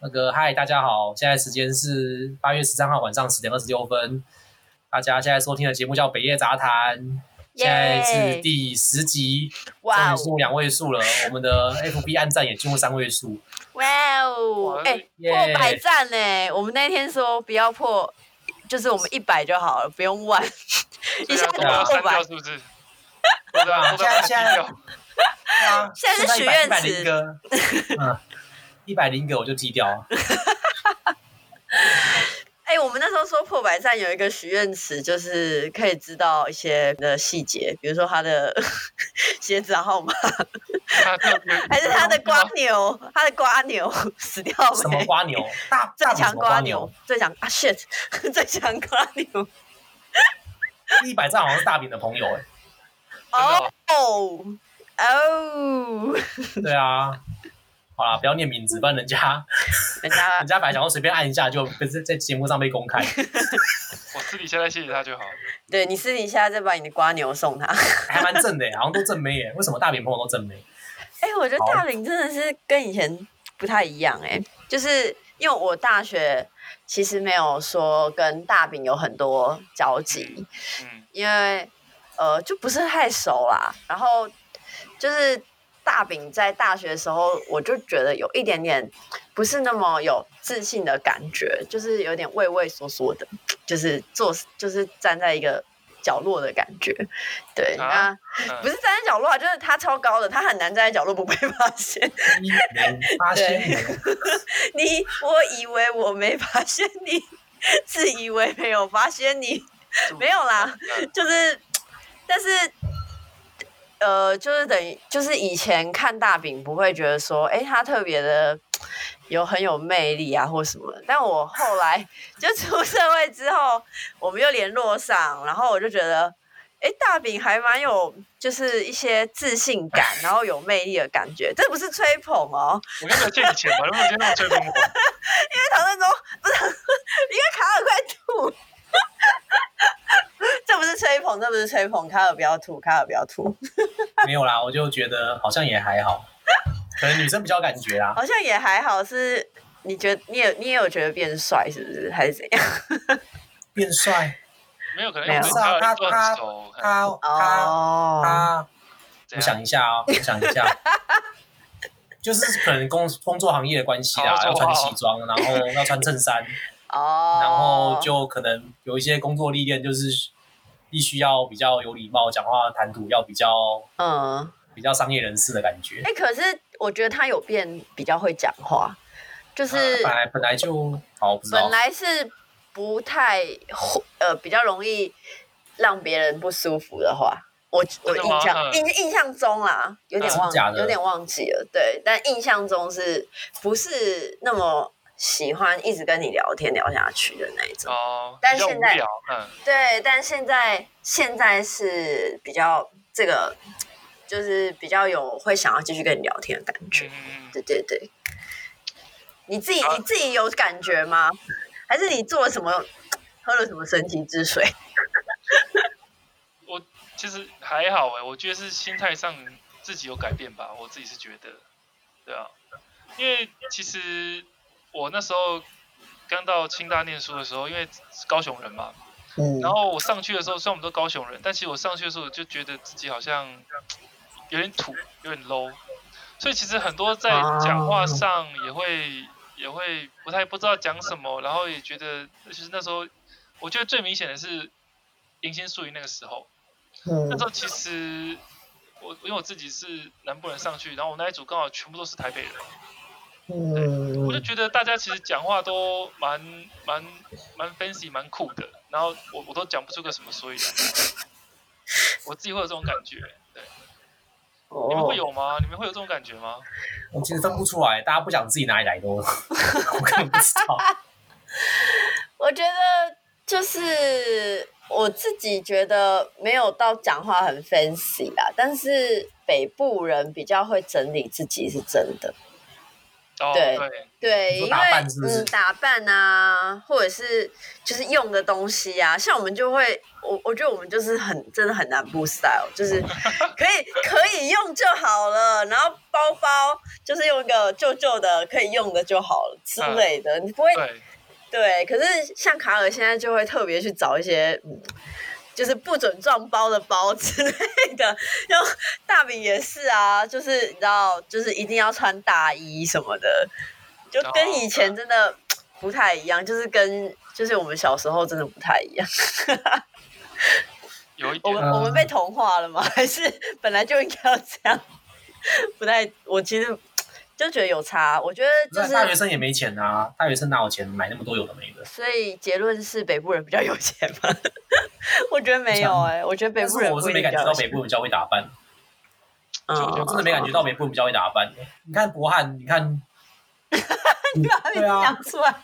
那个嗨，大家好，现在时间是八月十三号晚上十点二十六分。大家现在收听的节目叫《北夜杂谈》，现在是耶！第十集，哇终于哦，进入两位数了。我们的 FB 按赞也进入三位数，哇哦，哇哎、耶破百赞呢、我们那天说不要破，就是我们一百就好了，不用万，一下就对啊，破删百掉。是不是？对啊 啊，都在把它现在踢掉对啊现在是许一愿百池零个， 嗯，一百零个我就踢掉啊。哎、我们那时候说破百赞有一个许愿池，就是可以知道一些的细节，比如说他的 鞋子号码，它就有 还是他的 瓜牛，他的瓜牛死掉什么没？瓜牛？大 最大强瓜瓜牛，，最强啊 shit，最 强瓜牛。一百赞好像是大饼的朋友哎、哦哦哦哦，对啊，好啦，不要念名字，不然人家人家人家本来想要随便按一下就不是在节目上被公开。我私底下再谢谢他就好。对你私底下再把你的瓜牛送他。 还蛮正的耶，好像都正妹耶。为什么大饼朋友都正妹？哎、我觉得好大龄真的是跟以前不太一样哎、就是因为我大学其实没有说跟大饼有很多交集，嗯，因为呃就不是太熟啦。然后就是大饼在大学的时候，我就觉得有一点点不是那么有自信的感觉，就是有点畏畏缩缩的，就是做就是站在一个角落的感觉。对，那、啊不嗯是站在角落啊，就是他超高的，他很难站在角落不被发现。 一零八仙女，你，我以为我没发现你， 自以为没有发现你，没有啦，嗯就是，但是，呃，就是等于，就是以前看大饼不会觉得说，哎、他特别的有很有魅力啊，或什么的。但我后来就出社会之后，我们又联络上，然后我就觉得。哎，大饼还蛮有，就是一些自信感，然后有魅力的感觉，这不是吹捧哦，我根本欠你钱吧？如果今天我吹捧我，唐振中不是，因为卡尔快吐。 这不是吹捧，这不是吹捧，卡尔不要吐，卡尔不要吐，没有啦，我就觉得好像也还好，可能女生比较有感觉啦。好像也还好是。你觉得你也你也有觉得变帅是不是还是怎样？变帅，没有可能没有因为我跟他都很熟。嗯他他哦，他，这我样想一下啊，我想一 下，就是可能工工作行业的关系啦，哦好要穿西装，然后要穿衬衫，哦，然后就可能有一些工作历练，就是必须要比较有礼貌，讲话谈吐要比较嗯，比较商业人士的感觉哎、。可是我觉得他有变比较会讲话，就是本来本来就好，不知道本。来是不太会呃比较容易让别人不舒服的话，我我真的吗印象嗯印印象中啦，有点嗯忘、真假的有点忘记了，对，但印象中是不是那么喜欢一直跟你聊天聊下去的那一种？哦，但比较现无在聊，嗯，对，但现在现在是比较这个，就是比较有会想要继续跟你聊天的感觉。嗯嗯嗯对对对，你自己啊你自己有感觉吗？还是你做了什么，喝了什么神奇之水？ 其实还好哎，我觉得是心态上自己有改变吧，我自己是觉得，对啊，因为其实我那时候刚到清大念书的时候，因为是高雄人嘛，嗯然后我上去的时候，虽然我们都高雄人，但其实我上去的时候，我就觉得自己好像有点土，有点 low，所以其实很多在讲话上也会、也会不太不知道讲什么，然后也觉得就是那时候，我觉得最明显的是林心素云那个时候，嗯那时候其实我因为我自己是南部人上去，然后我那一组刚好全部都是台北人，嗯我就觉得大家其实讲话都蛮蛮蛮 fancy 蛮酷的，然后我我都讲不出个什么所以然，我自己会有这种感觉。对，你们会有吗？你们会有这种感觉吗？我其实分不出来，大家不讲自己哪里来的，我 我根本不知道。我觉得就是我自己觉得没有到讲话很 fancy 啦，但是北部人比较会整理自己是真的。哦，对对，对，说因为打扮是不是嗯，打扮啊，或者是就是用的东西啊，像我们就会，我我觉得我们就是很真的很难不 style，就是 可以可以用就好了，然后包包就是用一个旧旧的可以用的就好了之嗯类的，你不会对，对。可是像卡尔现在就会特别去找一些嗯。就是不准撞包的包之类的，然后大饼也是啊，就是你知道，就是一定要穿大衣什么的，就跟以前真的不太一样，就是跟就是我们小时候真的不太一样。有一我点们嗯我们被同化了吗？ 还是本来就应该要这样？ 不太，我其实就觉得有差。我觉得 就那大学是，生也没钱啊，大学生哪有钱买那么多有的没的？所以结论是北部人比较有钱吗？ 我觉得没有哎、我觉得北但是部人我不是一没定感比较觉有到钱北部人比较会打扮，我嗯，真的没感觉到北部人比较会打扮。你看博翰，你看 把名字对啊讲出来，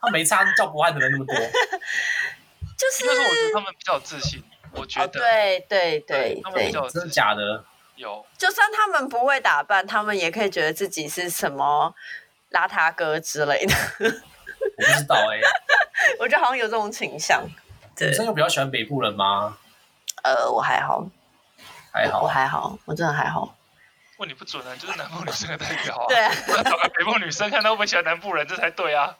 他没差叫博翰的人那 么多，就是应该说我觉得他们比较有自信，我觉哦，得对对对他们比对，较有真的自信，假的？有就算他们不会打扮，他们也可以觉得自己是什么邋遢哥之类的。 我不知道哎、我觉得好像有这种倾向。 对女，生有比较喜欢北部人吗？呃，我还好，还我好，啊哦还好，我真的还好。问你不准啊，你就是南部女生的代表啊。对，啊，我要找个北部女生看她会不会喜欢南部人，这才对啊。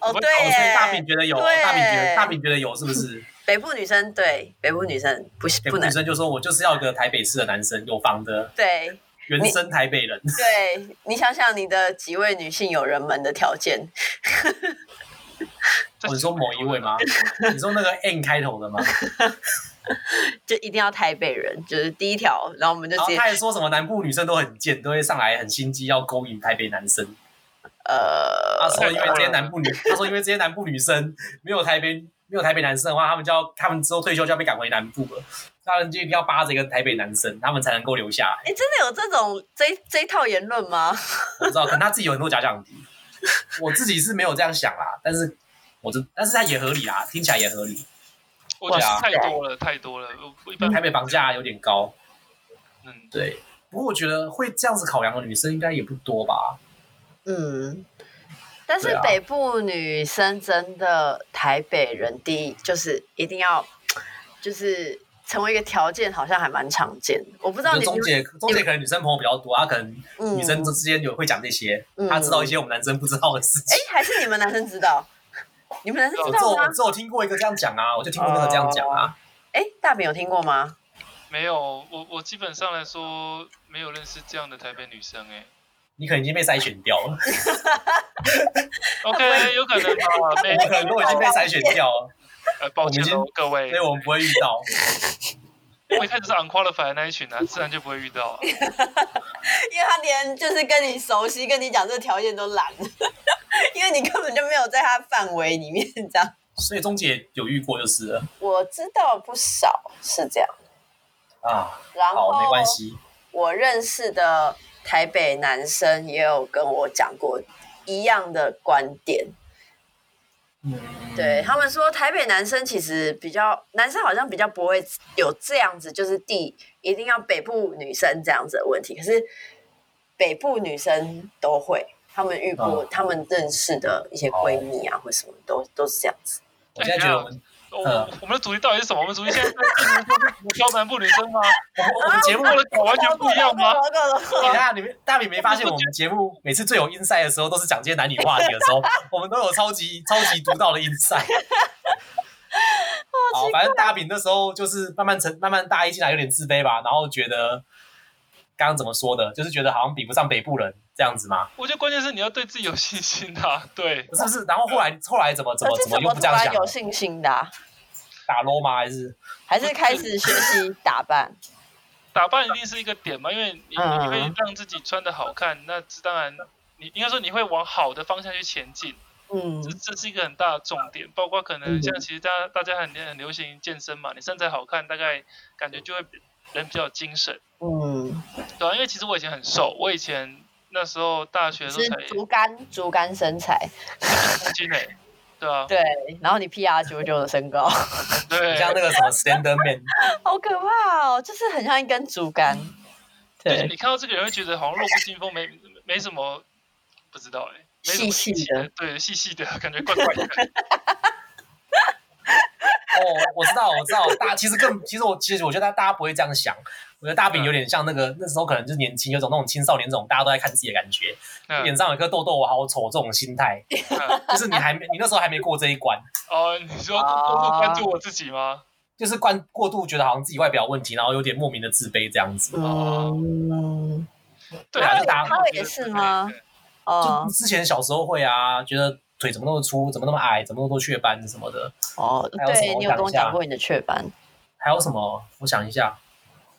哦我对哦所以大耶饼，觉得有，对大饼觉得大饼觉得有，是不是？北部女生对北部女生不北行部不女能，生就说我就是要个台北市的男生，有房的，对原生台北人。对，你想想你的几位女性友人们的条件，这哦你说某一位 吗？你说那个 N 开头的吗？就一定要台北人，就是第一条，然后我们就然直后接哦他还说什么南部女生都很贱，都会上来很心机要勾引台北男生。他呃，说因为这些南部女，他说因为这些南部女生没有台北没有台北男生的话，他们就要他们之后退休就要被赶回南部了，他们就一定要扒着一个台北男生，他们才能够留下来。哎，真的有这种这这一套言论吗？我知道，可能他自己有很多假想敌，我自己是没有这样想啦，但是我这但是他也合理啦，听起来也合理。我觉对得啊太多了，太多了。我我一般嗯台北房价有点高，嗯，对。不过我觉得会这样子考量的女生应该也不多吧？嗯，但对是啊北部女生真的台北人第一就是一定要，就是成为一个条件，好像还蛮常见的。我不知道就你中介中介可能女生朋友比较多，她可能嗯女生之间有会讲这些，嗯她知道一些我们男生不知道的事哎情。，还是你们男生知道？ 你们男生我知只有道我吗？只有听过一个这样讲啊，我就听过那个这样讲啊。哎，大饼有听过吗？没有，我我基本上来说没有认识这样的台北女生哎。你可能已经被筛选掉了， OK，有可能吧，被我可能都已经被筛选掉了， 呃抱歉我喽们已经各位所以，我们不会遇到。我一开始是 unqualified 的那一群啊，自然就不会遇到啊。因为他连就是跟你熟悉、跟你讲这个条件都懒， 因为你根本就没有在他范围里面，这样。所以中介有遇过就是了我知道不少是这样，啊，然后好，没关系。我认识的台北男生也有跟我讲过一样的观点，嗯，对他们说，台北男生其实比较，男生好像比较不会有这样子，就是地一定要北部女生这样子的问题，可是北部女生都会。他们遇过，嗯他们认识的一些闺蜜啊，或什么都都是这样子。我现在觉得我们我嗯哦我们的主题到底是什么？我们主题现在是挑南部女生吗？我们 我们节目我们的狗完全不一样吗？够了，够你了，啊看，你们大饼没发现我们节目每次最有 inside 的时候，都是讲这些男女话题的时候，我们都有超级超级独到的 inside。好，反正大饼那时候就是慢慢成慢慢大一进来有点自卑吧，然后觉得刚刚怎么说的，就是觉得好像比不上北部人这样子嘛，我觉得关键是你要对自己有信心啊， 对，是不是？然后后来后来怎么怎么可怎是么怎又不么突这样然想？有信心的啊、打 low 吗？还是还是开始学习打扮？打扮一定是一个点嘛，因为你你嗯你会让自己穿的好看，那这当然你应该说你会往好的方向去前进，嗯这这是一个很大的重点，包括可能像其实大家大家很很流行健身嘛，你身材好看，大概感觉就会比人比较有精神，嗯，对、啊，因为其实我以前很瘦，我以前那时候大学的时是候才竹竿竹竿身材，公斤诶、 对啊，对，然后你 PR 九九的身高，对，像那个什么 Slender Man，好可怕哦，就是很像一根竹竿。就是对你看到这个人会觉得好像弱不禁风，没没什么不知道哎、没什细么细细的，对，细细的感觉怪 怪的。哦，我知道，我知道，大其实更其实我其实我觉得大家不会这样想，我觉得大饼有点像那个那时候可能就是年轻，有种那种青少年这种大家都在看自己的感觉，嗯脸上有一颗痘痘我好丑这种心态，嗯就是你还没你那时候还没过这一关，哦，你说啊过度关注我自己吗？就是关过度觉得好像自己外表有问题，然后有点莫名的自卑这样子。嗯，对他啊，会他会也是吗哦就之前小时候会啊，觉得腿怎么那么粗，怎么那么矮，怎么那么多雀斑什么的，哦，还有什么对你有想跟我象讲过你的雀斑，还有什么？我想一下，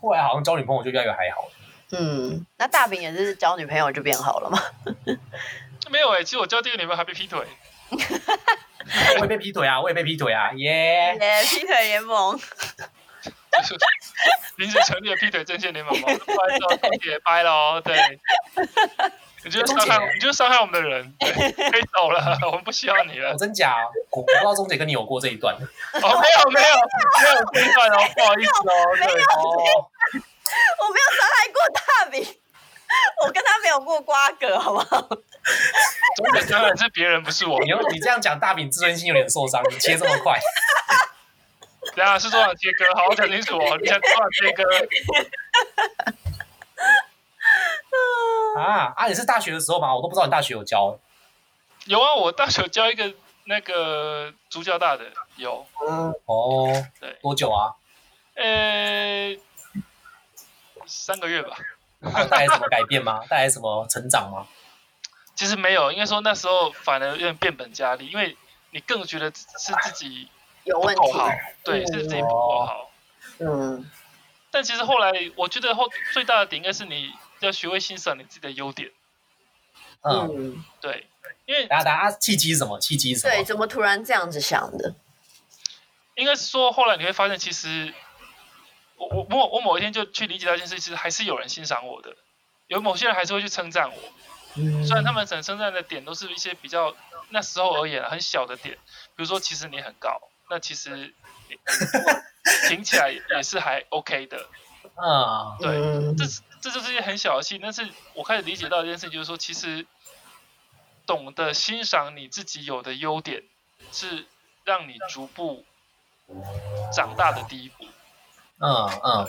后来好像交女朋友就越来越还好。嗯，那大饼也是交女朋友就变好了嘛？对？没有哎、其实我交第一个女朋友还被劈腿。我也被劈腿啊，我也被劈腿啊，耶、 耶，劈腿联 盟， 就是临时成立了劈腿阵线联盟嘛，不然就终结掰了哦。对，你就是伤害，你就是伤害我们的人，对可以走了， 我们不需要你了 哦，。真假？我我不知道钟姐跟你有过这一段哦，没有没有没有这一段哦，不好意思哦，对，哦。我没有伤害过大饼，我跟他没有过瓜葛，好不好？重点当然是别人，不是我。 你要你这样讲，大饼自尊心有点受伤，你切这么快，等一下是多少切割？好，我讲清楚哦， 你想多少切割？啊啊！你是大学的时候嘛？我都不知道你大学有教。有啊，我大学有交一个那个主教大的有，嗯，哦对，多久啊？呃，三个月吧。啊带来什么改变吗？带来什么成长吗？其实没有，应该说那时候反而有点变本加厉，因为你更觉得是自己有不问够题，好，对，是自己不够好。嗯，但其实后来，我觉得后最大的点应该是你要学会欣赏你自己的优点，嗯，嗯，对，因为大家大啊家契机是什么？契机是什对，么？怎么突然这样子想的？应该是说后来你会发现，其实我我某我某一天就去理解到一件事，其实还是有人欣赏我的，有某些人还是会去称赞我，嗯虽然他们整称赞的点都是一些比较那时候而言啊很小的点，比如说其实你很高，那其实你你如果挺起来也是还 OK 的。嗯，对嗯这是这就是一些很小的戏，但是我开始理解到一件事情，就是说其实懂得欣赏你自己有的优点，是让你逐步长大的第一步。嗯嗯，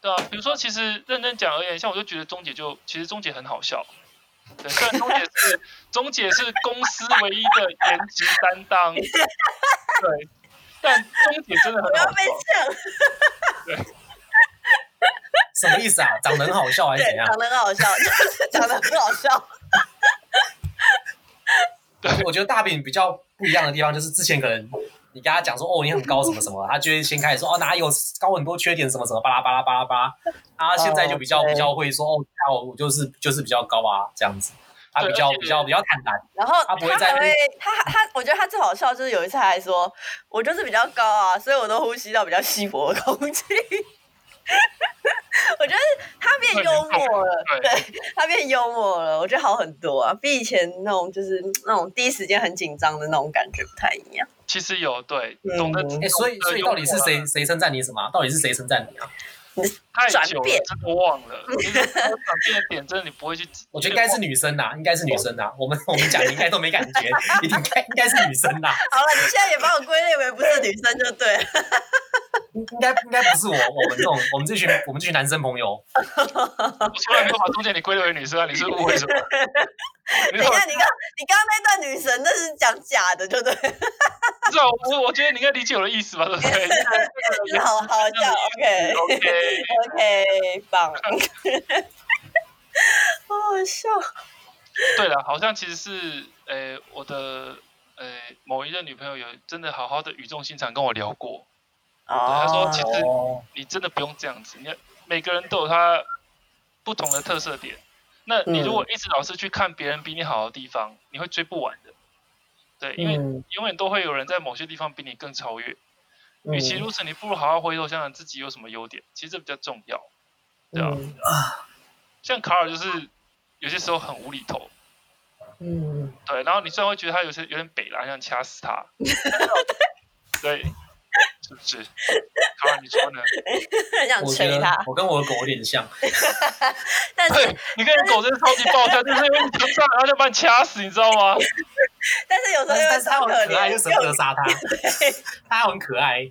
对啊，比如说，其实认真讲而言，像我就觉得钟姐就其实钟姐很好笑。对，虽然钟姐是钟姐是公司唯一的颜值担 当，对，但钟姐真的很不要好被笑。呛，什么意思啊？长得很好笑还是怎对，样？长得很好笑， 就是长得很好笑，我觉得大饼比较不一样的地方，就是之前可能你跟他讲说哦你很高什么什么，他就会先开始说哦哪有高很多缺点什么什么巴拉巴拉巴拉巴拉，啊现在就比较哦对比较会说哦我我就是就是比较高啊这样子，他对比较而且比较比较坦然，然后他不会再还会，他他，我觉得他最好笑就是有一次他还说，我就是比较高啊，所以我都呼吸到比较稀薄的空气。 我觉得他变幽默了，对对他变幽默了，我觉得好很多啊，比以前那种就是嗯那种第一时间很紧张的那种感觉不太一样。其实有对，嗯懂得哎、所以懂得所以幽到底是默啊谁谁称赞你什么啊、到底是谁称赞你啊？太转久了，变真的忘了。就是说转变的点真的你不会去，我觉得应该是女生呐、应该是女生呐、我们我们讲的应该都没感觉，一定该应该是女生啦、好了，你现在也把我归类为不是女生就对了，应应该应该不是我我们这种我们这群我们这群男生朋友，我从来没有把中间你归类为女生啊，你是误 会什么？你等一下你刚你刚刚那段女神那是讲假的，就对了，知道我我觉得你应该理解我的意思吧，对不对？ 就是好好笑，OK。 OK， OK，棒， 好好笑。对了，好像其实是，呃，我的，呃，某一任女朋友有真的好好的语重心长跟我聊过，哦他说其实哦，你真的不用这样子，你要每个人都有他不同的特色点。那你嗯如果一直老是去看别人比你好的地方，你会追不完的。对，因为嗯永远都会有人在某些地方比你更超越。嗯与其如此，你不如好好回头想想自己有什么优点，其实这比较重要。对啊，嗯像卡尔就是有些时候很无厘头，嗯， 对，然后你虽然会觉得他有些有点北啦，想掐死他，对，是不是？当然你说呢？很想我觉捶得 他，我跟我的狗有点像，但是对，你跟狗真的超级爆笑，就是因为你不上来，然后就把你掐死，你知道吗？但 是有时候但是但又会是它超很可可爱，就怜，舍不得杀它，对， 它很可 爱。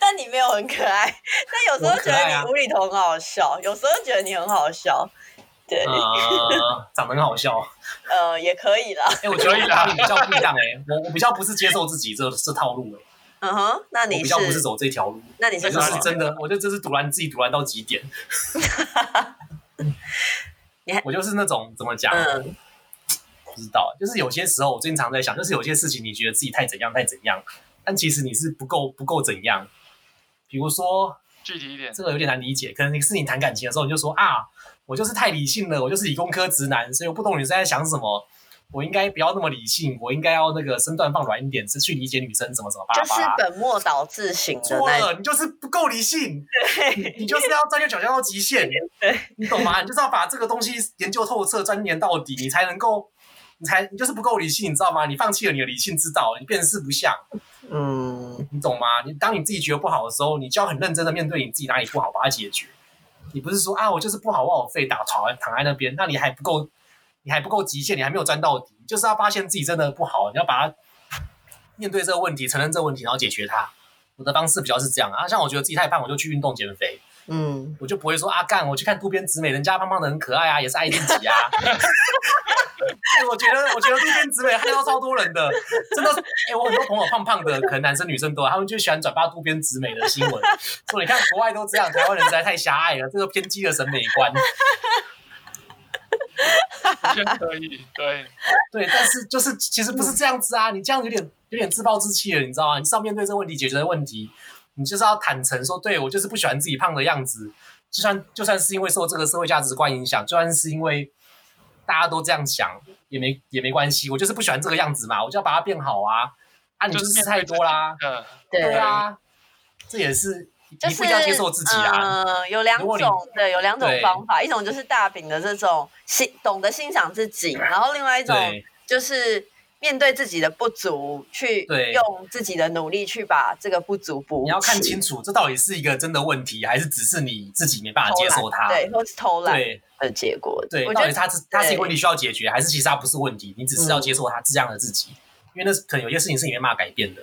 但你没有很可爱， 但有时我候很可觉爱得啊你无厘头很好笑，有时候觉得你很好笑，对，呃，长得很好笑。呃，也可以啊啦，哎，我觉得我跟你比较不一样哎，我我比较不是接受自己这这套路了，嗯哼，那我你比较不是走这条路，那你这是就什是么？真的，我就这是堵拦自己堵拦到极点。 你还我就是那种怎么讲？嗯不知道，就是有些时候我经常在想，就是有些事情你觉得自己太怎样太怎样，但其实你是不够不够怎样。比如说，具体一点，这个有点难理解，可能是你谈感情的时候你就说啊，我就是太理性了，我就是理工科直男，所以我不懂女生在想什么，我应该不要那么理性，我应该要那个身段放软一点，是去理解女生怎么怎么巴就拉是巴拉。本末倒置型的错那种，了，你就是不够理性，你就是要钻牛角尖到极限，你懂吗？你就是要把这个东西研究透彻、钻研到底，你才能够，你才你就是不够理性，你知道吗？你放弃了你的理性之道，你变势不像，嗯，你懂吗？你当你自己觉得不好的时候，你就要很认真的面对你自己哪里不好，把它解决。你不是说啊，我就是不好，我好废，打躺躺在那边，那你还不够，你还不够极限，你还没有钻到底，你就是要发现自己真的不好，你要把它面对这个问题，承认这个问题，然后解决它。我的方式比较是这样啊，像我觉得自己太胖，我就去运动减肥，嗯，我就不会说啊干，我去看渡边直美，人家胖胖的很可爱啊，也是爱自己啊。哎我觉得，我觉得渡边直美害到超多人的，真的。哎、我很多朋友胖胖的，可能男生女生都有，他们就喜欢转发渡边直美的新闻，说你看国外都这样，台湾人实在太狭隘了，这个偏激的审美观。我觉得可以，对，对，但是就是其实不嗯是这样子啊，你这样有点有点自暴自弃了，你知道吗？你是要面对这个问题，解决这个问题，你就是要坦诚说，对我就是不喜欢自己胖的样子，就算就算是因为受这个社会价值观影响，就算是因为大家都这样想，也没也没关系，我就是不喜欢这个样子嘛，我就要把它变好啊，啊，你就是吃太多啦，嗯，对对，啊，这也是就你是不一定要接受自己啊，嗯，有两如果你种的，有两种对方法，一种就是大饼的这种欣懂得欣赏自己，然后另外一种对就是面对自己的不足，去对用自己的努力去把这个不足补齐。你要看清楚，这到底是一个真的问题，还是只是你自己没办法接受它？偷懒对，或是偷懒对。的结果。对，我到觉底得嗯它是它是一个问题需要解决，还是其实它不是问题？你只是要接受它是这样的自己，因为那是可能有些事情是你没办法改变的。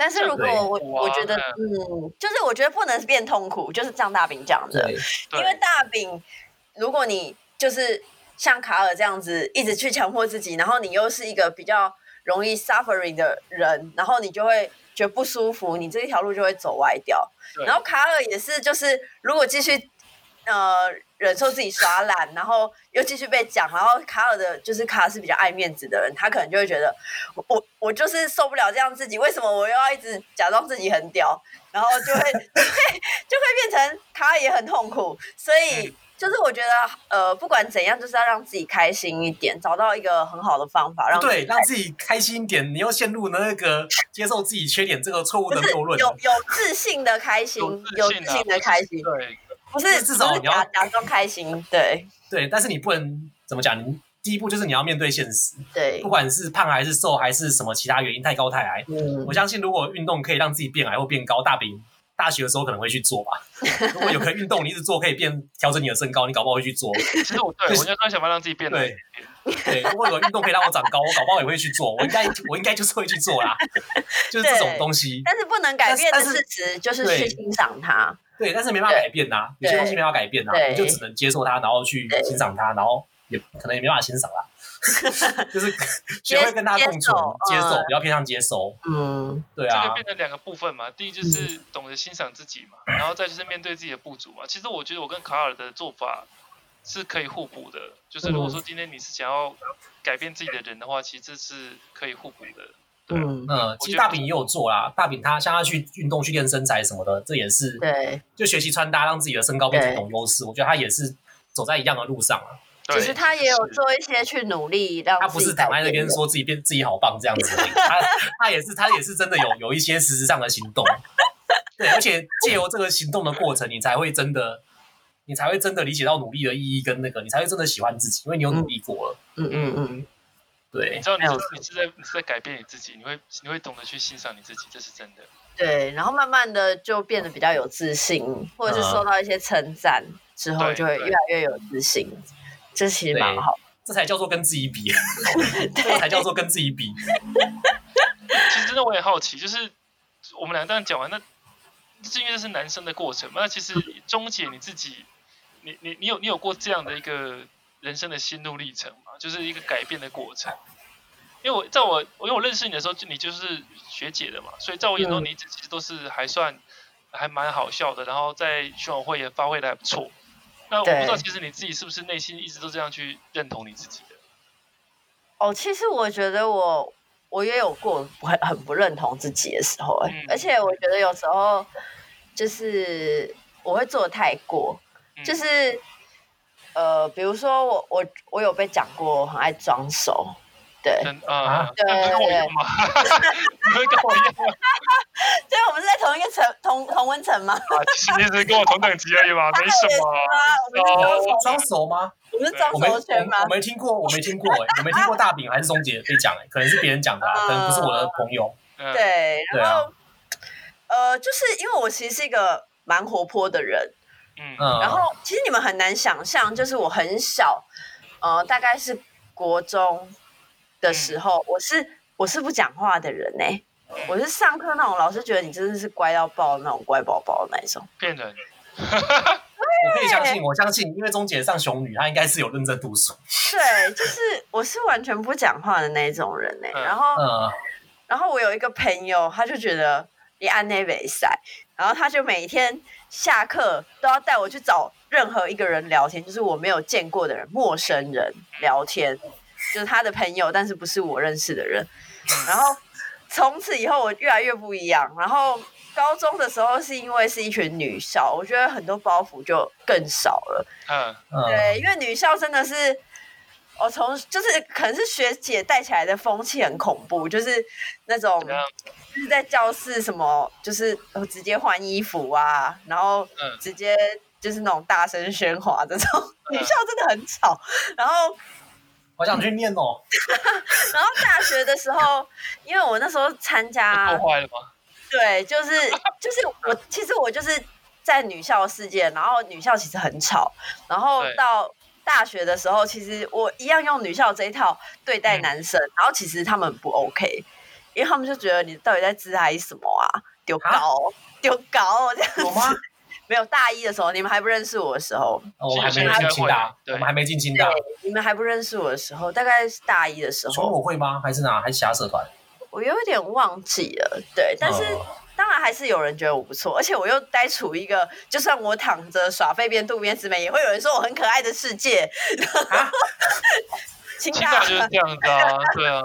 但是如果对我哇我觉得，嗯，就是我觉得不能变痛苦，就是像大饼讲的，因为对，大饼，如果你就是像卡尔这样子一直去强迫自己，然后你又是一个比较容易 suffering 的人，然后你就会觉得不舒服，你这一条路就会走歪掉。对然后卡尔也是，就是如果继续呃忍受自己耍懒，然后又继续被讲，然后卡尔的就是卡尔是比较爱面子的人，他可能就会觉得我我我就是受不了这样自己，为什么我又要一直假装自己很屌，然后就会 就会就会变成卡尔也很痛苦，所以嗯。就是我觉得，呃，不管怎样，就是要让自己开心一点，找到一个很好的方法，让自己对，让自己开心一点，你又陷入了那个接受自己缺点这个错误不的是谬有论。有自信的开心，有有自自信啊信的开心，对，不就是是至少不是你要假假装开心，对对，但是你不能怎么讲？你第一步就是你要面对现实，对不，管是胖还是瘦，还是什么其他原因，太高太矮。嗯我，相信，如果运动可以让自己变矮或变高，大饼大学的时候可能会去 做吧。如果有个运动你一直做可以变调整你的身高，你搞不好会去做。其实我对我应该说想办法让自己变得对 对，如果有运动可以让我长高，我搞不好也会去做。我应该，我应该就是会去 做啦，就是这种东西。但是不能改但是变的但是事实就是对去欣赏它，对，但是没办法改变呐、有些东西没办法改变呐、对你就只能接受它，然后去对欣赏它，然后也可能也没办法欣赏啦， 就是学会跟它共存，接接受受，嗯比较偏向接受。嗯对这啊嗯就，变成两个部分嘛，第一就是懂得欣赏自己嘛，然后再就是面对自己的不足嘛。其实我觉得我跟卡尔的做法是可以互补的，嗯就是如果说今天你是想要改变自己的人的话，其实这是可以互补的。对啊嗯，嗯，其实大饼也有做啦，大饼他像他去运动去练身材什么的，这也是对，就学习穿搭，让自己的身高变成一种优势。我觉得他也是走在一样的路上啊，对，只是他也有是做一些去努力让他自不己是改躺在那变边的说自己变自己好棒这样子而已，他他也是他也是真的有有一些实质上的行动，对，而且借由这个行动的过程，你才会真的，你才会真的理解到努力的意义跟那个，你才会真的喜欢自己，因为你有努力过了，嗯嗯嗯，对你，知道你没有是你是在你是在改变你自己，你会你会懂得去欣赏你自己，这是真的。对，然后慢慢的就变得比较有自信，或嗯者是受到一些称赞之后，对就会对越来越有自信。这其实蛮对好这才叫做跟自己 比，这才叫做跟自己比。其实真的我也好奇，就是我们俩这样讲完，那这因为这是男生的过程嘛，那其实钟姐你自己，你你你有你有过这样的一个人生的心路历程吗？就是一个改变的过程。因为我在我因为我认识你的时候，就你就是学姐的嘛，所以在我眼中你一直其实都是还算还蛮好笑的，然后在选委会也发挥的还不错。那我不知道，对其实你自己是不是内心一直都这样去认同你自己的？哦。其实我觉得我我也有过很很不认同自己的时候、欸嗯而且我觉得有时候就是我会做得太过，嗯就是呃，比如说我我我有被讲过我很爱装熟，对，真啊，对那不是跟我一样吗？ 你会跟我一样吗？所以我们是在同一个层同同温层吗？啊，其实你只是跟我同等级而已 嘛，没什么啊。我哦，装熟吗？我们是装我没熟我圈吗我？没听过，我没听过、欸，我没听过大饼还是松姐被讲、欸，可能是别人讲的、啊，可能不是我的朋友。嗯，对，对然啊后、呃，就是因为我其实是一个蛮活泼的人，嗯嗯，然后其实你们很难想象，就是我很小，呃，大概是国中的时候，我是我是不讲话的人呢、欸我是上课那种老师觉得你真的是乖到爆的那种乖宝宝的那一种，骗人，我可以相信，我相信，因为钟姐上雄女，她应该是有认真读书。对，就是我是完全不讲话的那一种人呢、嗯然后嗯，然后我有一个朋友，他就觉得你按那北赛，然后他就每天下课都要带我去找任何一个人聊天，就是我没有见过的人，陌生人聊天，就是他的朋友，但是不是我认识的人。然后从此以后，我越来越不一样。然后高中的时候，是因为是一群女校，我觉得很多包袱就更少了。嗯，嗯，对，因为女校真的是，我从就是可能是学姐带起来的风气很恐怖，就是那种怎样就是在教室什么，就是呃直接换衣服啊，然后嗯直接就是那种大声喧哗这种，嗯女校真的很吵。然后，我想去念 哦。然后大学的时候，因为我那时候参加破坏啊了吗？对，就是就是我，其实我就是在女校世界，然后女校其实很吵，然后对到大学的时候，其实我一样用女校这一套对待嗯男生，然后其实他们不 OK，因为他们就觉得你到底在自嗨什么啊，丢高丢高这样有吗子。没有大一的时候，你们还不认识我的时候，哦我们还没进清大，对我们还没进清大。你们还不认识我的时候，大概是大一的时全候，我会吗？还是哪？还是其他社团？我有点忘记了。对，但是哦当然还是有人觉得我不错，而且我又待处一个，就算我躺着耍废边渡边直美，也会有人说我很可爱的世界。 清清大啊大就是这样 子啊，对啊，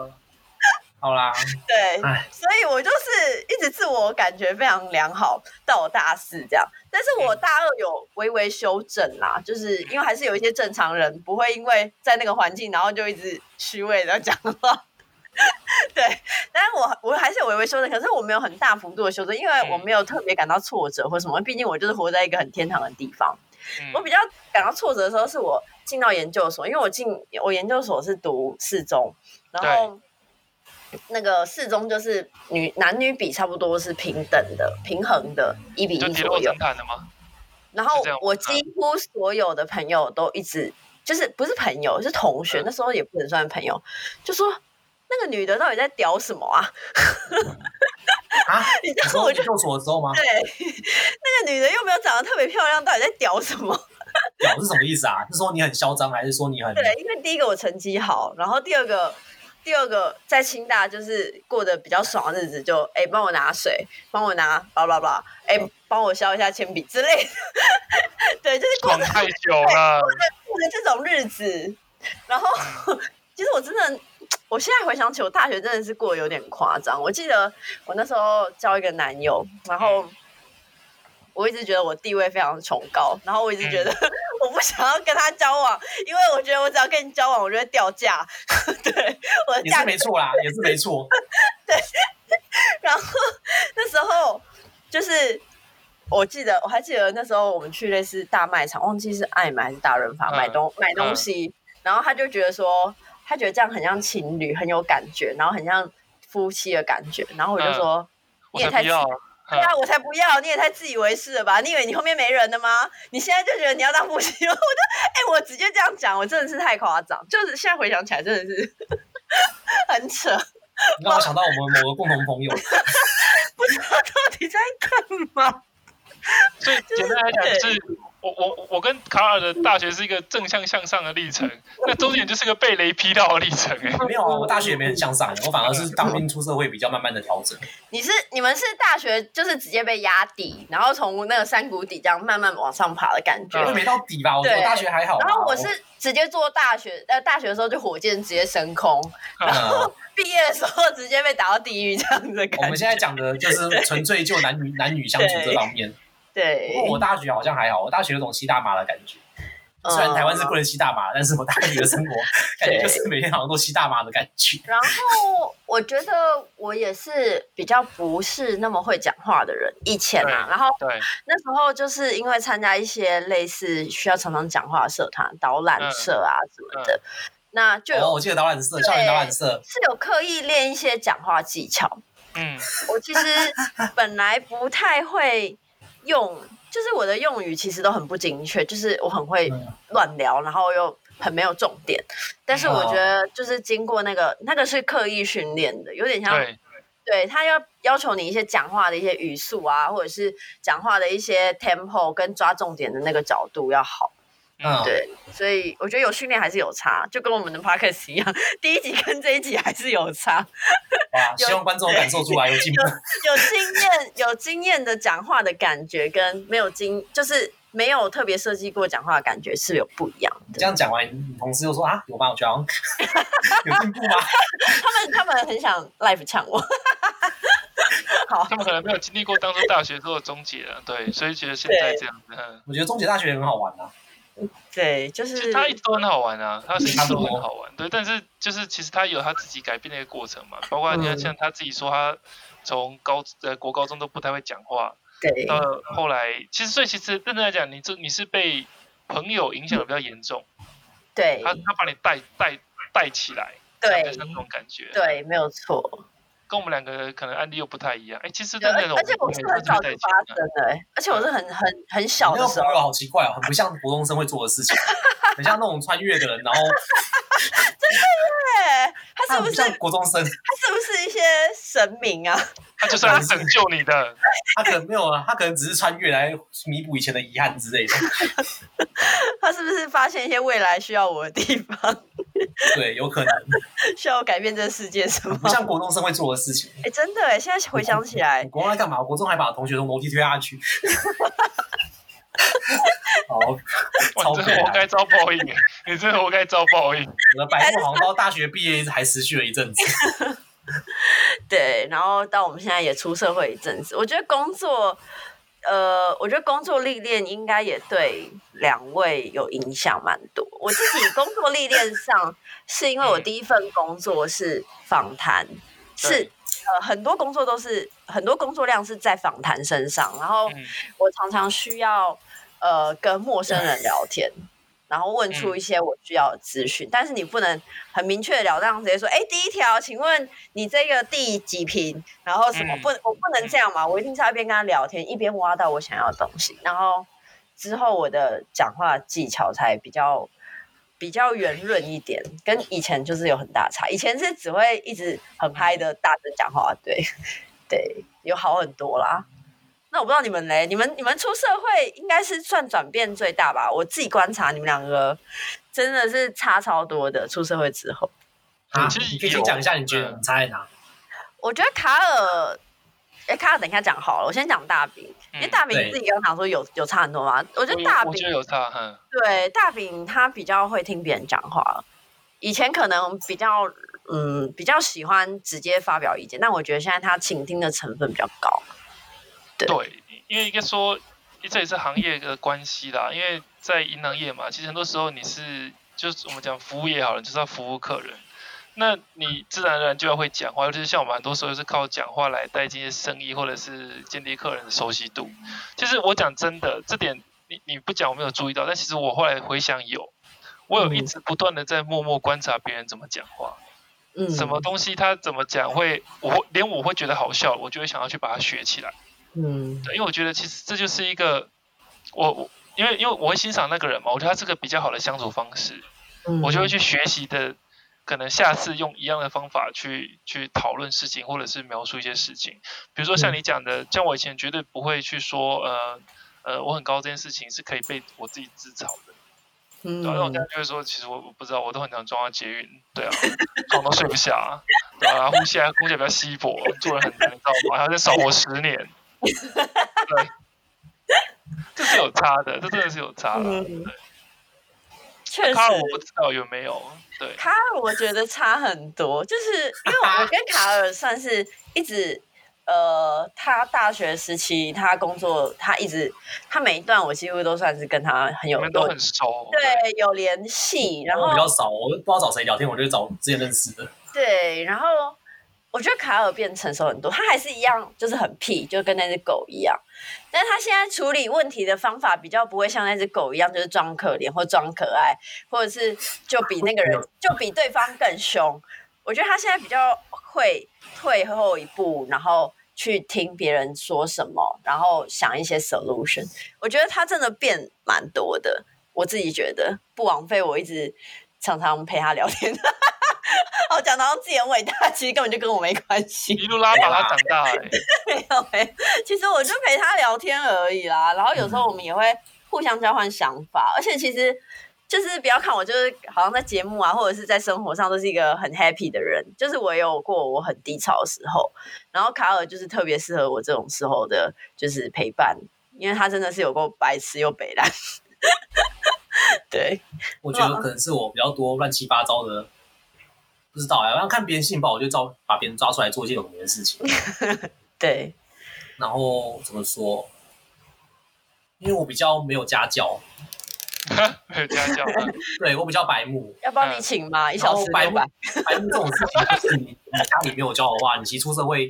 好啦，对哎，所以我就是一直自我感觉非常良好，到我大四这样。但是我大二有微微修正啦，就是因为还是有一些正常人不会因为在那个环境，然后就一直虚伪的讲话。 对，但是我我还是有微微修正，可是我没有很大幅度的修正，因为我没有特别感到挫折或什么，毕竟我就是活在一个很天堂的地方。嗯我比较感到挫折的时候，是我进到研究所，因为我进我研究所是读四中，然后那个四中就是女男女比差不多是平等的、平衡的，一比你就一跌左落右神。坛了吗？然后是这样吗我几乎所有的朋友都一直就是不是朋友，是同学，嗯那时候也不能算朋友，就说那个女的到底在屌什么啊？啊， 你你知道说我研就究所的时候吗？对，那个女的又没有长得特别漂亮，到底在屌什么？屌是什么意思啊？是说你很嚣张，还是说你很对，因为第一个我成绩好，然后第二个，第二个在清大就是过得比较爽的日子就，哎帮我拿水，帮我拿巴拉巴拉，哎帮我削一下铅笔之类的， 对，就是过逛着太久了，过着这种日子。然后其实我真的，我现在回想起我大学真的是过得有点夸张。我记得我那时候交一个男友，然后。我一直觉得我地位非常崇高，然后我一直觉得 我不想要跟他交往，因为我觉得我只要跟你交往，我就会掉价。 对，我的也价是格没错啦，也是没错。然后那时候就是我记得，我还记得那时候我们去类似大卖场，忘记是爱买还是大润发嗯买东买东西，然后他就觉得说。他觉得这样很像情侣，很有感觉，然后很像夫妻的感觉。然后我就嗯说，你我也太才不自要啊。对啊，我才不要！你也太自以为是了吧？你以为你后面没人了吗？你现在就觉得你要当父亲， 我就哎、我直接这样讲，我真的是太夸张，就是现在回想起来真的是 很扯，你让我想到我们某个共同朋友， 不知道到底在干嘛。所以简单来讲，就是我我我跟卡尔的大学是一个正向向上的 历程，那中间就是个被雷劈到的历程哎、没有啊，我大学也没很向上，我反而是当兵出社会比较慢慢的调 整。你是你们是大学就是直接被压底，然后从那个山谷底这样慢慢往上爬的感觉。我也没到底吧，我我大学还好吧。然后我是直接做大学，呃，大学的时候就火箭直接升空， 嗯毕业的时候直接被打到地狱这样子的我感们觉。现在讲的就是纯粹就男女 男女相处这方面。不对，过我大学好像还好，我大学有种吸大麻的感觉。虽然台湾是不嗯能吸大麻，但是我大学的 生活感觉就是每天好像都吸大麻的感觉。然后我觉得我也是比较不是那么会讲话的人，以前啊，然后对，那时候就是因为参加一些类似需要常常讲话的社团、导览社啊什么的，那就嗯哦，有我记得导览社，校园导览社，是有刻意练一些讲话技巧。嗯，我其实本来不太会用，就是我的用语其实都很不精确，就是我很会嗯乱聊，然后又很没有重点。但是我觉得就是经过那个那个是刻意训练的，有点像对，对他要要求你一些讲话的一些语速啊，或者是讲话的一些 tempo 跟抓重点的那个角度要好。嗯，对，所以我觉得有训练还是有差，就跟我们的 podcast 一样， 第一集跟这一集还是有差。哇，希望观众感受出来有进步。有经验有经验的讲话的感觉，跟没有经就是没有特别设计过讲话的感觉是有不一样你的。这样讲完，你同事又说啊，有吗？我觉得 好像有进步吗？他们他们很想 live 呛我，他们可能没有经历过当初大学做的终结啊，对，所以觉得现在这样子，嗯，我觉得中杰大学也很好玩啊。对，就其是实他一直都很好玩啊，他是一直差不都多很好玩，对，但是就是其实他有他自己改变的一个过程嘛，包括你看嗯像他自己说他从高呃国高中都不太会讲话，对到后来其实所以其实认真来讲，你这你是被朋友影响的比较严重，对他他把你带带带起来，对像那种感觉，，对，没有错。跟我们两个可能案例又不太一样，哎，其实对真而的，而且我也是是很被早就带起嗯发来生的、欸，而且我是很很很小你的那时个候朋友好奇怪哦，很不像国中生会做的 事情，很像那种穿越的人，然后对，他他是很不不是像国中生，他是不是一些神明啊？ 他就是来拯救你的，他可能没有啊，他可能只是穿越来弥补以前的遗憾之类的。他是不是发现一些未来需要我的地方， 对，有可能需要我改变这个世界什么不？像国中生会做的事情。哎、真的哎、现在回想起来你，国中在干嘛？我国中还把同学从楼梯推下去。 好，哇，超你真北的活蓝该遭报应，你真的活该遭报 应。我的白目好像到大学毕业还持续了一阵子。对，然后到我们现在也出社会一阵子，我觉得工作，呃，我觉得工作历练应该也对两位有影响蛮多。我自 己工作历练上，是因为我嗯第一份工作是访谈，是对呃很多工作都是很多工作量是在访谈身上，然后嗯我常常需要呃跟陌生人 聊天，然后问嗯出一些我需要的资讯，但是你不能很明确的了当直接说，哎，第一条，请问你这个第几瓶？然后什么、嗯不，我不能这样嘛，我一定是要一边跟他聊天，一边挖到我想要的东西，然后之后我的讲话技巧才比较。比较圆润一点，跟以前就是有很大差。以前是只会一直很嗯嗨的大声讲话，对对，有好很多啦。那我不知道你们嘞，你们你们出社会应该是算转变最大吧？我自己观察你们两个真的是差超多的。出社会之后，啊，哎其实你可以有先讲一下，你觉得你差在哪？我觉得卡尔，哎、卡尔等一下讲好了，我先讲大饼，因为嗯大饼对自己刚刚讲说有有差很多嘛。我觉我得有大我觉得饼有差，嗯，对大饼他比较会听别人讲话，以前可能比较嗯比较喜欢直接发表意见，但我觉得现在他倾听的成分比较高。对，因为应该说这也是行业的关系啦，因为在银行业嘛，其实很多时候你是就是我们讲服务业好了，就是要服务客人。那你自然而然就要会讲话，尤其是像我们很多时候是靠讲话来带进一些生意，或者是建立客人的熟悉度。其实我讲真的，这点你你不讲我没有注意到，但其实我后来回想有，我有一直不断的在默默观察别人怎么讲话，嗯，什么东西他怎么讲会，我会连我会觉得好笑，我就会想要去把它学起来。嗯对，因为我觉得其实这就是一个我我因为因为我会欣赏那个人嘛，我觉得他是个比较好的相处方式，嗯，我就会去学习的，可能下次用一样的方法去去讨论事情，或者是描述一些事情。比如说嗯像你讲的，像我以前绝对不会去说呃呃我很高这件事情是可以被我自己自嘲的。嗯对、啊，那我现在就会说，其实我我不知道，我都很常装到捷运，对啊， 床都睡不下、啊，对啊，然后呼吸还呼吸比较稀薄，做人很难，你知道吗？还要再少活十 年，对，这是有差的，这真的是有差的。嗯，确实，卡尔我不知道有没有，对，卡尔我觉得差很多，就是因为我跟卡尔算是一直，呃，他大学时期他工作，他一直他每一段我几乎都算是跟他很你有们都很熟，哦对有联系，然我比较后少，我不知道找谁聊天，我就找之前认识的。对，然后我觉得卡尔变成熟很多，他还是一样就是很屁，就跟那只狗一样，但他现在处理问题的方法比较不会像那只狗一样，就是装可怜或装可爱，或者是就比那个人就比对方更凶。我觉得他现在比较会退后一步，然后去听别人说什么，然后想一些 solution。我觉得他真的变蛮多的，我自己觉得不枉费我一直常常陪他聊天。 我讲到自己很伟大，其实根本就跟我没关系。一路拉把啊他长大、欸， 没有没有，其实我就陪他聊天而已啦。然后有时候我们也会互相交换想法，而且其实就是不要看我，就是好像在节目啊，或者是在生活上都是一个很 happy 的人。就是我也有过我很低潮的时候，然后卡尔就是特别适合我这种时候的，就是陪伴，因为他真的是有够白痴又北烂。 对，我觉嗯得可能是我比较多乱七八糟的，不知道哎、我要看别人性吧，我就照把别人抓出来做一些有名的事情。嗯 嗯对，然后怎么说？因为我比较没有家教，没有家教啊，对我比较白目，要帮你请吗？一小时白六目百，白目这种事情，就是你你家里没有教的话，你其实出社会，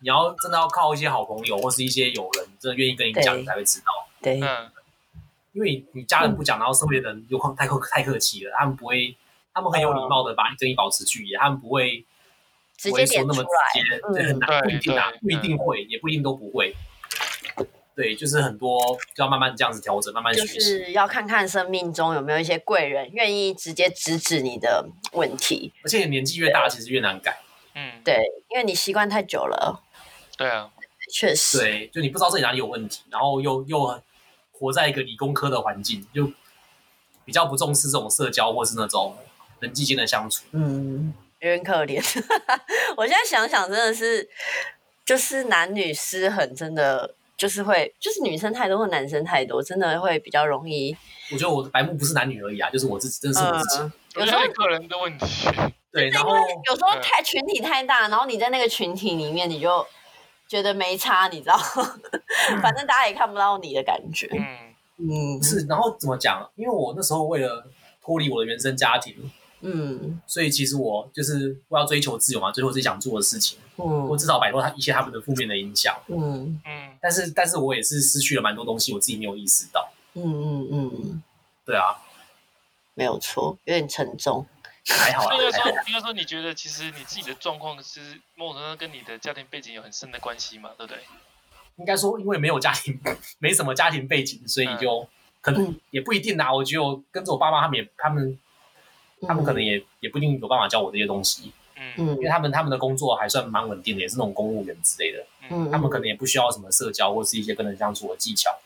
你要真的要靠一些好朋友或是一些友人，真的愿意跟你讲，对你才会知道。 对，嗯，因为你你家人不讲，然后社会的人有可能太客太客气了，他们不会，他们很有礼嗯貌的把你跟你保持距离，他们不会直不接会说点那出么直来，接，对，很难，嗯不一定啊对对，不一定会，也不一定都不会。对，就是很多就要慢慢这样子调整，慢慢就学习。是要看看生命中有没有一些贵人愿意直接直指你的问题。而且年纪越大，其实越难改。嗯，对，因为你习惯太久了，对啊，确实。对，就你不知道这里哪里有问题，然后又又活在一个理工科的环境，就比较不重视这种社交或是那种人际间的相处。嗯，有点可怜。 我现在想想，真的是，就是男女失衡，真的就是会，就是女生太多或男生太多，真的会比较容易。我觉得我的白目不是男女而已啊，就是我自己，真的是我自己。嗯，我有觉时候得是个人的问题，对，然后有时候太群体太大，然后你在那个群体里面，你就觉得没差，你知道， 反正大家也看不到你的感觉。嗯，嗯，不，是，然后怎么讲？因为我那时候为了脱离我的原生家庭，嗯所以其实我就是我要追求自由嘛，追求自己想做的事情，嗯或至少摆脱他一些他们的负面的影响。嗯嗯，但是，但是我也是失去了蛮多东西，我自己没有意识到。嗯嗯嗯，对啊，没有错，有点沉重。还好啊 啦应还该，好说，应该说，你觉得其实你自己的状况是某种程度上跟你的家庭背景有很深的关系嘛，对不对？应该说，因为没有家庭，没什么家庭背景，所以就可嗯能也不一定啦。我觉得我跟着我爸妈，他们也他们他们可能也也不一定有办法教我这些东西，嗯嗯因为他们他们的工作还算蛮稳定的，也是那种公务员之类的，嗯，他们可能也不需要什么社交或是一些跟人相处的技巧。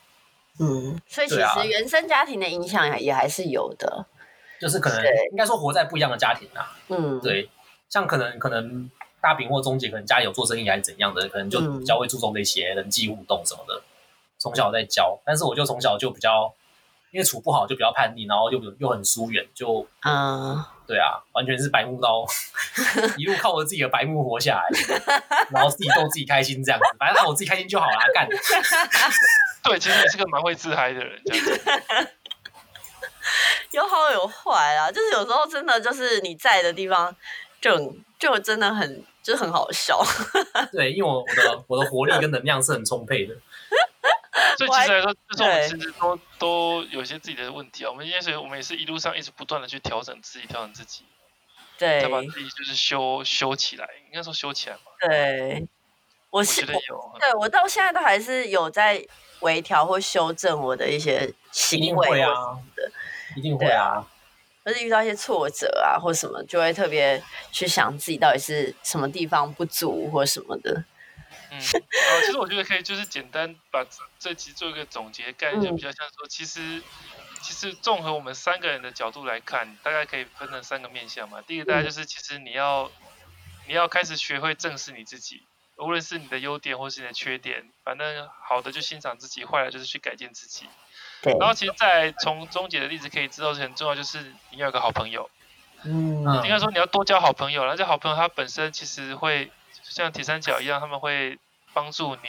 嗯，所以其对啊实原生家庭的影响也还是有的。就是可能对应该说活在不一样的家庭啊，嗯，，对，像可能可能大饼或中姐可能家里有做生意还是怎样的，可能就嗯比较会注重这些人际互动什么的，从小在教，但是我就从小就比较因为处不好就比较叛逆，然后又又很疏远，就啊，对啊，完全是白目到 一路靠我自己的白目活下来，然后自己逗自己开心这样子，反正让我自己开心就好啦，干，对，其实你是个蛮会自嗨的人，这样子。有好有坏啦，就是有时候真的就是你在的地方就很就真的很就是很好笑。 对，因为我我的我的活力跟能量是很充沛的，所以其实来说，就是我们其实都都有一些自己的问题啊。我们因为我们也是一路上一直不断的去调整自己，调整自己，对再把自己就是修修起来，应该说修起来嘛。对，我我是觉得我有，对我到现在都还是有在微调或修正我的一些一行定为会或啊，一定会啊，就是遇到一些挫折啊，或什么，就会特别去想自己到底是什么地方不足或什么的。嗯，然后其实我觉得可以就是简单把这这集做一个总结概念，就比较像说，其实其实综合我们三个人的角度来看，大概可以分成三个面向嘛。第一个大概就是，其实你要你要开始学会正视你自己，无论是你的优点或是你的缺点，反正好的就欣赏自己，坏的就是去改进自己。对，然后其实在从钟姐的例子可以知道，很重要就是你要有个好朋友。嗯，嗯应该说你要多交好朋友，然后这好朋友他本身其实会就像铁三角一样，他们会帮助你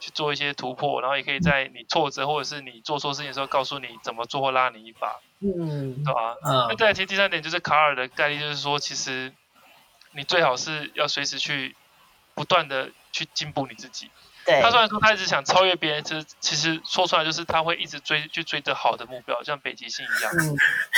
去做一些突破，然后也可以在你挫折或者是你做错事情的时候，告诉你怎么做或拉你一把，嗯，对吧？那嗯，再来，其实第三点就是卡尔的概率，就是说其实你最好是要随时去不断的去进步你自己。对，他虽然说他一直想超越别人，其实其实说出来就是他会一直追去追着好的目标，像北极星一样嗯，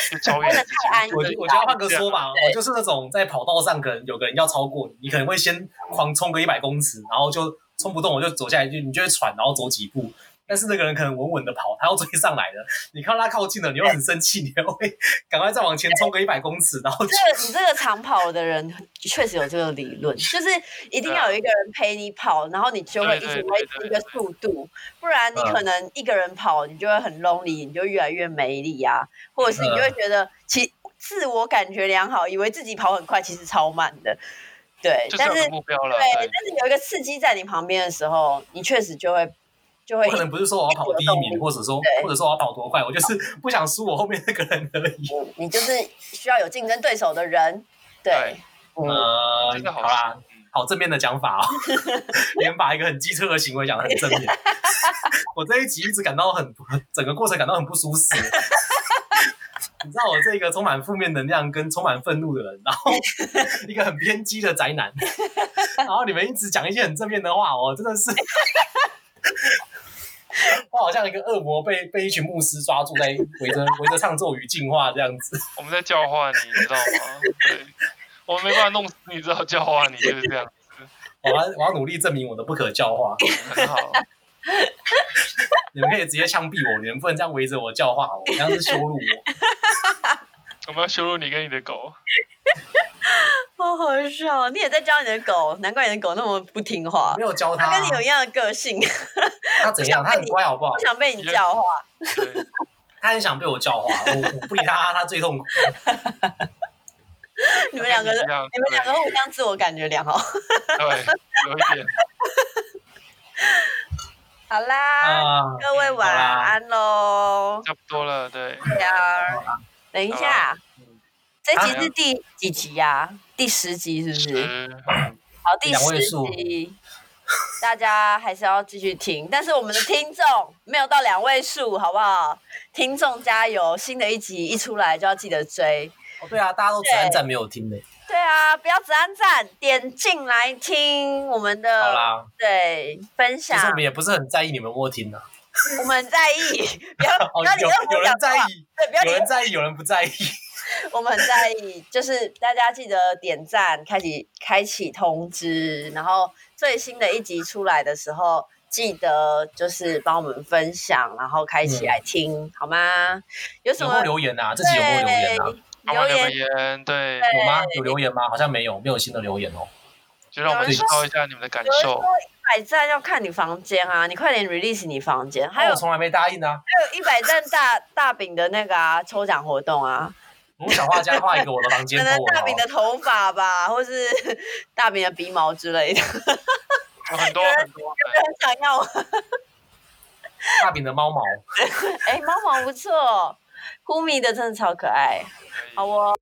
去超越真你的自己太。安我逸就我觉得要换个说法，哦我就是那种在跑道上，可能有个人要超过你，你可能会先狂冲个一百公尺，然后就冲不动，我就走下来，就你就会喘，然后走几步。但是那个人可能稳稳的跑，他要追上来了，你看到他靠近了，你又很生气，你又会 赶快再往前冲个一百公尺，然后就这个你这个长跑的人确实有这个理论，就是一定要有一个人陪你跑，然后你就会一直嗯对对维对嗯持一个速度，不然你可能一个人跑，你就会很 lonely，你就越来越没力啊，或者是你就嗯会觉得其自我感觉良好，以为自己跑很快，其实超慢的，对就，是但有是个目标了，对，但是有一个刺激在你旁边的时候，你确实就会就会可能不是说我要跑第一名，或者说对或者说我要跑多快，我就是不想输我后面那个人而已。你就是需要有竞争对手的人，对对，嗯，呃这个，好好啦事，。嗯好正面的讲 法哦，连把一个很机车的行为讲得很正面。我这一集一直感到很不整个过程感到很不舒适。你知道我这个充满负面能量跟充满愤怒的人，然 后一个很偏激的宅男，然后你们一直讲一些很正面的话，我真的 是，我好像一个恶魔被被一群牧师抓住，在围着围着唱咒语净化这样子。我们在教化你，你知道吗？对，我们没办法弄死你，知道教化你就是这样，我要我要努力证明我的不可教化。很好。你们可以直接枪毙我，你们不能这样围着我教化我，这样是羞辱 我。我们要羞辱你跟你的狗，好好笑。你也在教你的狗，难怪你的狗那么不听话没，有教他、它啊跟你，有一样的个性，不他怎样？他很乖好不好？想被你教化。对，他很想被我教化，我我不理他，他最痛苦。你们两个，一你样，们两个互相自我感觉良好。对，对有一点。好啦，啊，各位晚安喽。差不多了，对，对啊，等一下，这集好是第几集呀？第十集是不是？十，好，第两位十数集，大家还是要继续听，但是我们的听众没有到两位数，好不好？听众加油！新的一集一出来就要记得追。哦对啊，大家都只按赞没有听的。对啊，不要只按赞，点进来听我们好的啦，对分其实我享们，也不是很在意你们有没有听的、啊。我们在意， 不要 哦，不要理有任何有人讲在话，意，对，不要理有人在意，有人不在意。我们很在意，就是大家记得点赞，开启开启通知，然后最新的一集出来的时候，记得就是帮我们分享，然后开起来听，好吗？有什有嗯没有么留言啊？自对己有没有留言啊？帮留我留言？言，对，对有吗？有留言吗？好像没有，没有新的留言哦。就让我们知道一下你们的感有人受说。一百赞要看你房间啊，你快点 release 你房间，那还有哦我从来没答应啊。还有一百赞大大饼的那个啊抽奖活动啊，我小画家画一个我的房间可给能我大好饼的了，头发吧，或是 大饼的鼻毛之类的， 有很多有人很多，很想要啊大饼的猫毛。 哎，猫毛不错，呼米的真的超可爱。对好哦。